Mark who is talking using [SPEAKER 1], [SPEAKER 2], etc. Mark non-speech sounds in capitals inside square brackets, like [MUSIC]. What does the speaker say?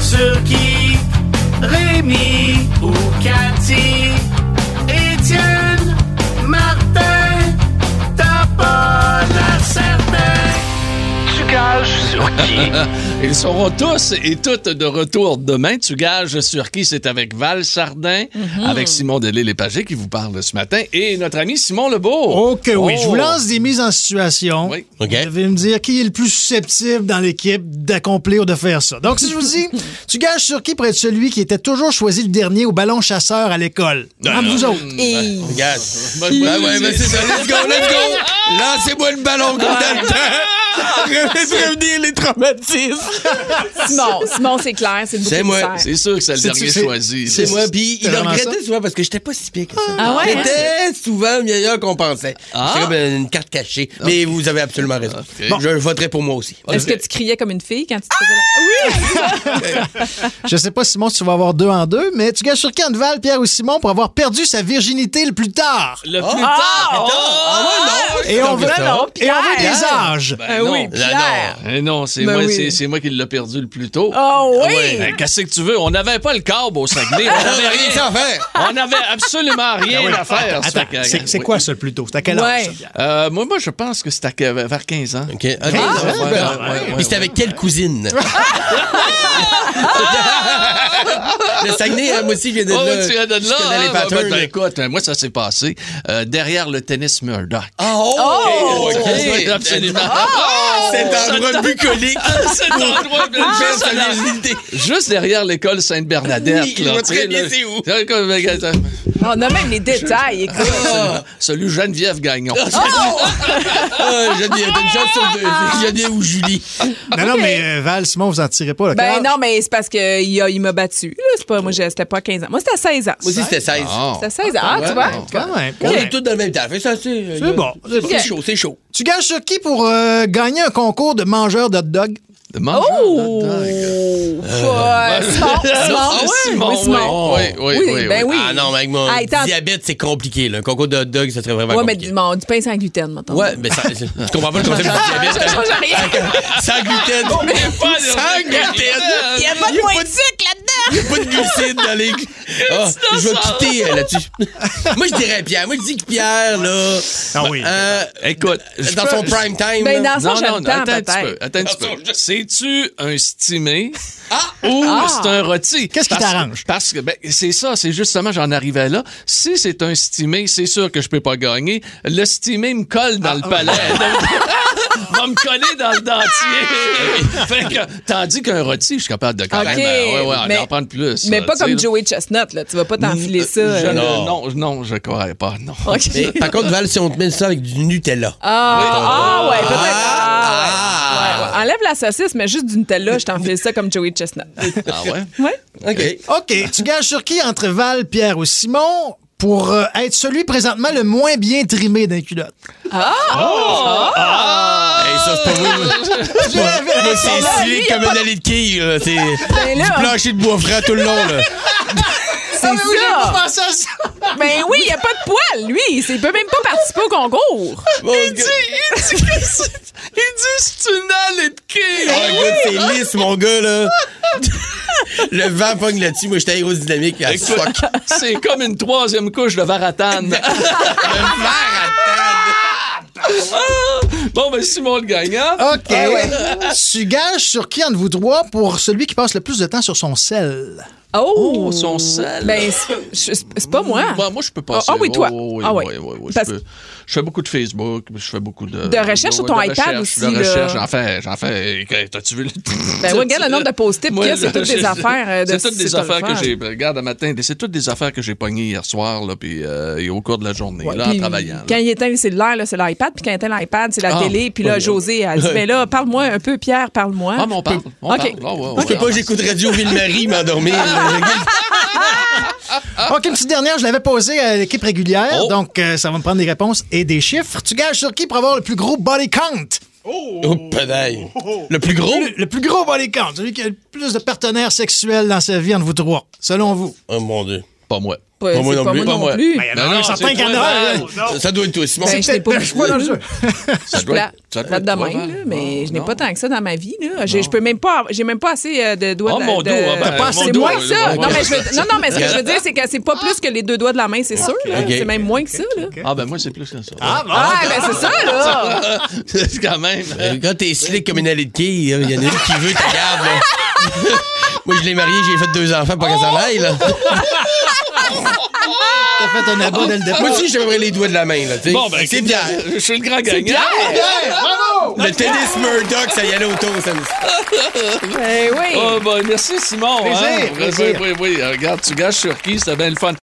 [SPEAKER 1] sur qui Rémi ou Cathy Étienne Martin T'as pas la certain Tu gages sur qui
[SPEAKER 2] Ils seront tous et toutes de retour demain. Tu gages sur qui? C'est avec Val Sardin, avec Simon Delay-Lépagé qui vous parle ce matin et notre ami Simon Lebeau.
[SPEAKER 3] OK, oui.
[SPEAKER 2] Oh.
[SPEAKER 3] Je vous lance des mises en situation.
[SPEAKER 2] Oui.
[SPEAKER 4] OK.
[SPEAKER 3] Vous devez me dire qui est le plus susceptible dans l'équipe d'accomplir ou de faire ça. Donc, si je vous
[SPEAKER 2] [LAUGHS]
[SPEAKER 3] dis, tu gages sur qui pour être celui qui était toujours choisi le dernier au ballon chasseur à l'école? Entre vous autres.
[SPEAKER 5] Et
[SPEAKER 4] Regarde.
[SPEAKER 2] Ben,
[SPEAKER 4] Ben
[SPEAKER 2] ben,
[SPEAKER 4] ouais, Ah. mais c'est ça. Let's go, let's go. Lancez-moi le ballon comme dans le temps. Prévenir les traumatismes.
[SPEAKER 5] Simon, Simon, c'est clair, c'est
[SPEAKER 4] C'est
[SPEAKER 5] le
[SPEAKER 4] moi,
[SPEAKER 5] bouquet
[SPEAKER 2] C'est sûr que c'est le
[SPEAKER 3] C'est-tu-
[SPEAKER 2] dernier
[SPEAKER 3] c'est-
[SPEAKER 2] choisi.
[SPEAKER 4] C'est moi. Puis il
[SPEAKER 3] C'est
[SPEAKER 4] le
[SPEAKER 3] vraiment
[SPEAKER 4] regrettait
[SPEAKER 3] ça?
[SPEAKER 4] souvent parce que j'étais pas si pire que ça.
[SPEAKER 5] Ah ouais, hein?
[SPEAKER 4] J'étais souvent meilleur qu'on pensait.
[SPEAKER 2] Ah.
[SPEAKER 4] C'est comme une carte cachée. Mais vous avez absolument raison.
[SPEAKER 2] Ok.
[SPEAKER 4] Bon, Je voterai pour moi
[SPEAKER 2] Ah,
[SPEAKER 4] aussi.
[SPEAKER 5] Est-ce que tu criais comme une fille quand tu te faisais la... Oui!
[SPEAKER 3] Je sais pas, Simon, si tu vas avoir deux en deux, mais tu gages sur qui entre Val, Pierre ou Simon pour avoir perdu sa virginité le plus tard?
[SPEAKER 2] Le
[SPEAKER 4] Oh,
[SPEAKER 2] plus tard.
[SPEAKER 4] Ah
[SPEAKER 2] oh,
[SPEAKER 3] Et on veut,
[SPEAKER 5] non,
[SPEAKER 3] et on veut des
[SPEAKER 5] Pierre.
[SPEAKER 3] âges.
[SPEAKER 2] Ben
[SPEAKER 5] Ah
[SPEAKER 2] non.
[SPEAKER 5] oui, Pierre!
[SPEAKER 2] Eh non, c'est
[SPEAKER 5] Ben
[SPEAKER 2] moi,
[SPEAKER 5] oui.
[SPEAKER 2] c'est- c'est moi qui l'ai perdu le plus tôt.
[SPEAKER 3] Ah
[SPEAKER 5] Oh oui!
[SPEAKER 2] Ben, Qu'est-ce que tu veux? On n'avait pas le câble au Saguenay. On
[SPEAKER 4] J'avais
[SPEAKER 2] n'avait
[SPEAKER 4] rien
[SPEAKER 2] rien.
[SPEAKER 4] à faire.
[SPEAKER 2] On n'avait absolument rien à faire. Ça
[SPEAKER 3] Ben Attends,
[SPEAKER 2] fait que-
[SPEAKER 3] c'est c'est
[SPEAKER 2] oui.
[SPEAKER 3] quoi ça le plus tôt? C'est à quel
[SPEAKER 5] Ouais.
[SPEAKER 3] âge? ça, Pierre?
[SPEAKER 2] Euh, moi, moi, je pense que c'était à- vers 15 ans.
[SPEAKER 4] OK. OK.
[SPEAKER 2] Ah, ouais, ouais, ouais, ouais,
[SPEAKER 4] Puis c'était avec
[SPEAKER 2] [LAUGHS]
[SPEAKER 4] quelle cousine? le Saguenay, hein, moi aussi, j'ai de
[SPEAKER 2] Oh,
[SPEAKER 4] là.
[SPEAKER 2] tu viens de là.
[SPEAKER 4] Je connais les
[SPEAKER 2] hein? Ben,
[SPEAKER 4] patterns.
[SPEAKER 2] ben, écoute, moi, ça s'est passé euh, derrière le tennis Murdoch.
[SPEAKER 4] Ah, oh!
[SPEAKER 5] Oh!
[SPEAKER 4] OK. Ah. Oh,
[SPEAKER 2] Oui, absolument. Ah!
[SPEAKER 4] Cet endroit bucolique.
[SPEAKER 2] [LAUGHS] Cet endroit, là,
[SPEAKER 4] Ah,
[SPEAKER 2] juste, à la- juste derrière l'école Sainte-Bernadette.
[SPEAKER 4] Oui, je
[SPEAKER 2] là,
[SPEAKER 4] vois
[SPEAKER 2] tu
[SPEAKER 4] très
[SPEAKER 2] sais,
[SPEAKER 4] bien
[SPEAKER 2] là.
[SPEAKER 4] c'est où.
[SPEAKER 2] Tu sais, comme-
[SPEAKER 5] On a même les détails, écoute.
[SPEAKER 2] Ah, Celui Geneviève Gagnon.
[SPEAKER 4] Ah, Geneviève, t'as une chance sur deux. C'est Geneviève ou Julie.
[SPEAKER 3] Non, non, mais euh, Val, Simon, vous en tirez pas. Là,
[SPEAKER 5] Ben
[SPEAKER 3] Quel âge?
[SPEAKER 5] non, mais c'est parce qu'il a- il m'a battu. là. C'est pas, moi, j'ai- c'était pas 15 ans. Moi, c'était à 16 ans.
[SPEAKER 4] Moi aussi, c'était 16.
[SPEAKER 2] Non.
[SPEAKER 5] C'était à 16 ans. Ah,
[SPEAKER 4] ouais,
[SPEAKER 5] tu vois?
[SPEAKER 4] non.
[SPEAKER 5] tu vois.
[SPEAKER 3] Quand même, quand
[SPEAKER 4] On
[SPEAKER 3] même.
[SPEAKER 4] est tous dans le même temps. Fait ça, c'est.
[SPEAKER 3] C'est bon, c'est bon.
[SPEAKER 4] C'est
[SPEAKER 5] Ok.
[SPEAKER 4] chaud, c'est chaud.
[SPEAKER 3] Tu gages sur qui pour euh, gagner un concours de mangeurs d'hot dog?
[SPEAKER 2] De manger
[SPEAKER 4] Ah,
[SPEAKER 5] Oh!
[SPEAKER 2] un hot dog.
[SPEAKER 5] Pas-
[SPEAKER 4] Euh,
[SPEAKER 5] Simon,
[SPEAKER 4] [LAUGHS]
[SPEAKER 2] Ah,
[SPEAKER 5] Simon,
[SPEAKER 2] c'est Simon,
[SPEAKER 5] oui, Simon.
[SPEAKER 2] oui, oui, oui, oui.
[SPEAKER 5] ben oui.
[SPEAKER 4] Ah non, mais avec mon
[SPEAKER 5] Hey, t'as-
[SPEAKER 4] diabète, c'est compliqué. Là. Un concours de hot dog, ça serait vraiment
[SPEAKER 5] Ouais, mais
[SPEAKER 4] compliqué.
[SPEAKER 5] du, bon, du pain sans gluten, mettons.
[SPEAKER 4] Ouais, mais ça, tu comprends pas le concept
[SPEAKER 5] Ah,
[SPEAKER 4] du
[SPEAKER 5] ça
[SPEAKER 4] diabète.
[SPEAKER 5] change rien.
[SPEAKER 4] [LAUGHS] Sans gluten.
[SPEAKER 2] pas de-
[SPEAKER 4] Sans gluten.
[SPEAKER 5] Il n'y a pas de point de sucre là-dedans.
[SPEAKER 4] Pas de glucides dans les. Ah, je vais quitter euh, là-dessus. Moi, je dirais Pierre. Moi, je dis que Pierre, là.
[SPEAKER 3] Ah oui.
[SPEAKER 4] euh,
[SPEAKER 2] Écoute, je
[SPEAKER 4] dans
[SPEAKER 2] peux-
[SPEAKER 4] son prime time.
[SPEAKER 5] Ben,
[SPEAKER 4] là.
[SPEAKER 5] dans son jeune temps,
[SPEAKER 2] attends un petit peu.
[SPEAKER 5] peut-être.
[SPEAKER 2] Attends un petit peu. C'est-tu un stimé ou
[SPEAKER 5] Ah!
[SPEAKER 2] c'est un rôti?
[SPEAKER 3] Qu'est-ce qui
[SPEAKER 2] Parce-
[SPEAKER 3] t'arrange?
[SPEAKER 2] Parce que ben, c'est ça, c'est justement, j'en arrivais là. Si c'est un stimé, c'est sûr que je peux pas gagner. Le stimé me colle
[SPEAKER 5] Ah,
[SPEAKER 2] dans le
[SPEAKER 5] [LAUGHS]
[SPEAKER 2] palais. Donc, Va me coller dans le
[SPEAKER 5] [LAUGHS]
[SPEAKER 2] dentier. fait que, tandis qu'un rôti, je suis capable de quand
[SPEAKER 5] Ok,
[SPEAKER 2] même euh, ouais, ouais,
[SPEAKER 5] mais-
[SPEAKER 2] d'en prendre plus.
[SPEAKER 5] Mais
[SPEAKER 2] là,
[SPEAKER 5] pas
[SPEAKER 2] tu sais,
[SPEAKER 5] comme
[SPEAKER 2] là.
[SPEAKER 5] Joey Chestnut, là. Tu vas pas t'enfiler ça.
[SPEAKER 2] Je-
[SPEAKER 5] euh,
[SPEAKER 2] non.
[SPEAKER 4] Non.
[SPEAKER 2] non, je croirais pas, non.
[SPEAKER 5] [LAUGHS] OK.
[SPEAKER 4] Mais, par contre, Val, si on te met ça avec du Nutella.
[SPEAKER 5] Ah, ah, ouais, peut-être.
[SPEAKER 4] Ah,
[SPEAKER 5] Ah, ouais. Ouais, ouais. Enlève la saucisse, mais juste du Nutella, je t'enfile ça comme Joey Chestnut.
[SPEAKER 2] Ah ouais?
[SPEAKER 5] Ouais.
[SPEAKER 4] OK.
[SPEAKER 3] OK. [LAUGHS] Tu gages sur qui entre Val, Pierre ou Simon pour euh, être celui présentement le moins bien trimé d'un culotte?
[SPEAKER 4] Hey, ça, c'est pas moi. moi. Moi,
[SPEAKER 5] là,
[SPEAKER 4] c'est
[SPEAKER 5] lui,
[SPEAKER 4] scié
[SPEAKER 5] il y a
[SPEAKER 4] comme
[SPEAKER 5] Oh! pas Ben
[SPEAKER 4] un allée de quilles. là. C'est
[SPEAKER 5] là-
[SPEAKER 4] du plancher de bois frais tout le long. Là.
[SPEAKER 3] Ah
[SPEAKER 5] C'est ça.
[SPEAKER 3] pensé à ça.
[SPEAKER 5] Ben oui, il n'y a pas de poil, lui. C'est- Il peut même pas participer au concours.
[SPEAKER 4] Mon gars,
[SPEAKER 2] Il dit que c'est il dit c'est une allée de quilles.
[SPEAKER 4] mon gars, Oh, c'est lisse, mon gars. là. [LAUGHS] Le vent pogne là-dessus. Moi, j'étais aérodynamique. à
[SPEAKER 2] Écoute,
[SPEAKER 4] fuck.
[SPEAKER 2] C'est comme une troisième couche de
[SPEAKER 5] [LAUGHS]
[SPEAKER 2] varatane.
[SPEAKER 4] Le verre
[SPEAKER 2] bon, ben Simon le gagnant.
[SPEAKER 5] Ah,
[SPEAKER 3] OK. Tu gages sur qui entre vous trois pour celui qui passe le plus de temps sur son sel?
[SPEAKER 5] Oh,
[SPEAKER 2] Oh, son sel.
[SPEAKER 5] Ben, c'est- je- c'est pas moi.
[SPEAKER 2] Ben, Moi, moi, je peux passer. Oh,
[SPEAKER 5] Ah oui, toi.
[SPEAKER 2] oui,
[SPEAKER 5] Ah
[SPEAKER 2] oui,
[SPEAKER 5] oui.
[SPEAKER 2] oui, oui, je,
[SPEAKER 5] Parce-
[SPEAKER 2] peux- je fais beaucoup de Facebook, je fais beaucoup de.
[SPEAKER 5] De recherche sur
[SPEAKER 2] de
[SPEAKER 5] ton
[SPEAKER 2] recherche,
[SPEAKER 5] iPad
[SPEAKER 2] de
[SPEAKER 5] aussi,
[SPEAKER 2] recherche,
[SPEAKER 5] là.
[SPEAKER 2] j'en fais, j'en fais. Hey, T'as-tu vu le. [LAUGHS]
[SPEAKER 5] Ben oui, regarde le nombre de post-it
[SPEAKER 2] Moi,
[SPEAKER 5] qu'il y a, c'est
[SPEAKER 2] là,
[SPEAKER 5] toutes des
[SPEAKER 2] j'ai-
[SPEAKER 5] affaires, euh, de-
[SPEAKER 2] C'est toutes
[SPEAKER 5] c'est
[SPEAKER 2] des
[SPEAKER 5] pas le
[SPEAKER 2] affaires que
[SPEAKER 5] fun.
[SPEAKER 2] j'ai. Regarde, un matin, c'est toutes des affaires que j'ai pognées hier soir, là, puis euh, et au cours de la journée,
[SPEAKER 5] Ouais,
[SPEAKER 2] là, en
[SPEAKER 5] puis
[SPEAKER 2] travaillant. là.
[SPEAKER 5] Quand il éteint le cellulaire, là, c'est l'iPad. Puis quand il éteint l'iPad, c'est la
[SPEAKER 2] Ah.
[SPEAKER 5] télé. Puis là, José, elle dit Ben là, parle-moi un peu, Pierre, parle-moi.
[SPEAKER 2] Ah, mais on parle. On
[SPEAKER 5] OK.
[SPEAKER 2] parle. Ah, ouais, ouais,
[SPEAKER 4] Je peux
[SPEAKER 2] ouais.
[SPEAKER 4] pas, j'écoute Radio Ville-Marie m'endormir. [LAUGHS]
[SPEAKER 3] OK, une petite dernière, je l'avais posée à l'équipe régulière,
[SPEAKER 2] Oh.
[SPEAKER 3] donc euh, ça va me prendre des réponses et des chiffres. Tu gages sur qui pour avoir le plus gros body count?
[SPEAKER 4] Oh, pedaille. Le plus gros?
[SPEAKER 3] oh. Le, le plus gros body count, celui qui a le plus de partenaires sexuels dans sa vie entre vous trois, selon vous.
[SPEAKER 4] Oh, mon Dieu.
[SPEAKER 2] Pas moi.
[SPEAKER 5] Pas,
[SPEAKER 4] Pas moi
[SPEAKER 5] c'est
[SPEAKER 4] non
[SPEAKER 5] pas
[SPEAKER 4] plus.
[SPEAKER 5] moi
[SPEAKER 4] Pas
[SPEAKER 5] non
[SPEAKER 4] moi.
[SPEAKER 5] plus.
[SPEAKER 3] Ben, il y en a un certain qui en hein. a un.
[SPEAKER 4] Ça, ça doit être toi, Simon.
[SPEAKER 5] Ben, je n'ai pas
[SPEAKER 3] Ben, je suis pas dans le jeu.
[SPEAKER 4] ça
[SPEAKER 5] Je suis plate.
[SPEAKER 4] ça doit
[SPEAKER 5] Plate de
[SPEAKER 4] être toi,
[SPEAKER 5] même,
[SPEAKER 4] hein.
[SPEAKER 5] là, mais je n'ai
[SPEAKER 2] non.
[SPEAKER 5] pas tant que ça dans ma vie. Là. J'ai, je peux même pas, avoir- j'ai même pas assez euh, de doigts
[SPEAKER 2] Oh,
[SPEAKER 5] de la-
[SPEAKER 2] mon
[SPEAKER 5] de-
[SPEAKER 2] dos, ah ben,
[SPEAKER 5] T'as
[SPEAKER 3] mon
[SPEAKER 5] c'est
[SPEAKER 3] dos,
[SPEAKER 5] moins que
[SPEAKER 2] oui,
[SPEAKER 5] ça.
[SPEAKER 2] oui,
[SPEAKER 5] non,
[SPEAKER 2] oui.
[SPEAKER 5] mais je veux, non, non, mais ce que je veux dire, c'est que c'est pas plus que les deux doigts de la main, c'est sûr. là.
[SPEAKER 4] Ok.
[SPEAKER 5] C'est même moins que ça. Là.
[SPEAKER 2] Ah, ben moi, c'est plus que ça.
[SPEAKER 3] Ah, bon.
[SPEAKER 5] Ah, ben c'est ça, là!
[SPEAKER 2] [LAUGHS] c'est quand même. hein.
[SPEAKER 3] Ben,
[SPEAKER 4] Euh, Quand t'es slick comme une allée de quilles, il y en a une qui veut, ta garde.
[SPEAKER 3] [LAUGHS]
[SPEAKER 4] là. Moi, je l'ai marié, j'ai fait deux enfants pour qu'elle s'en aille. là.
[SPEAKER 3] [LAUGHS] T'as fait un abat dès le départ.
[SPEAKER 4] Moi aussi, j'aimerais les doigts de la main. Là, tu sais.
[SPEAKER 2] Bon, ben,
[SPEAKER 4] c'est bien.
[SPEAKER 2] [LAUGHS] Je suis le grand gagnant.
[SPEAKER 4] Le tennis Murdoch, ça y allait autour samedi.
[SPEAKER 5] Ben oui!
[SPEAKER 2] Oh, ben, merci, Simon.
[SPEAKER 3] Plaisir,
[SPEAKER 2] hein.
[SPEAKER 3] plaisir.
[SPEAKER 2] Oui, oui, oui. Regarde, tu gâches sur qui, c'était bien le fun.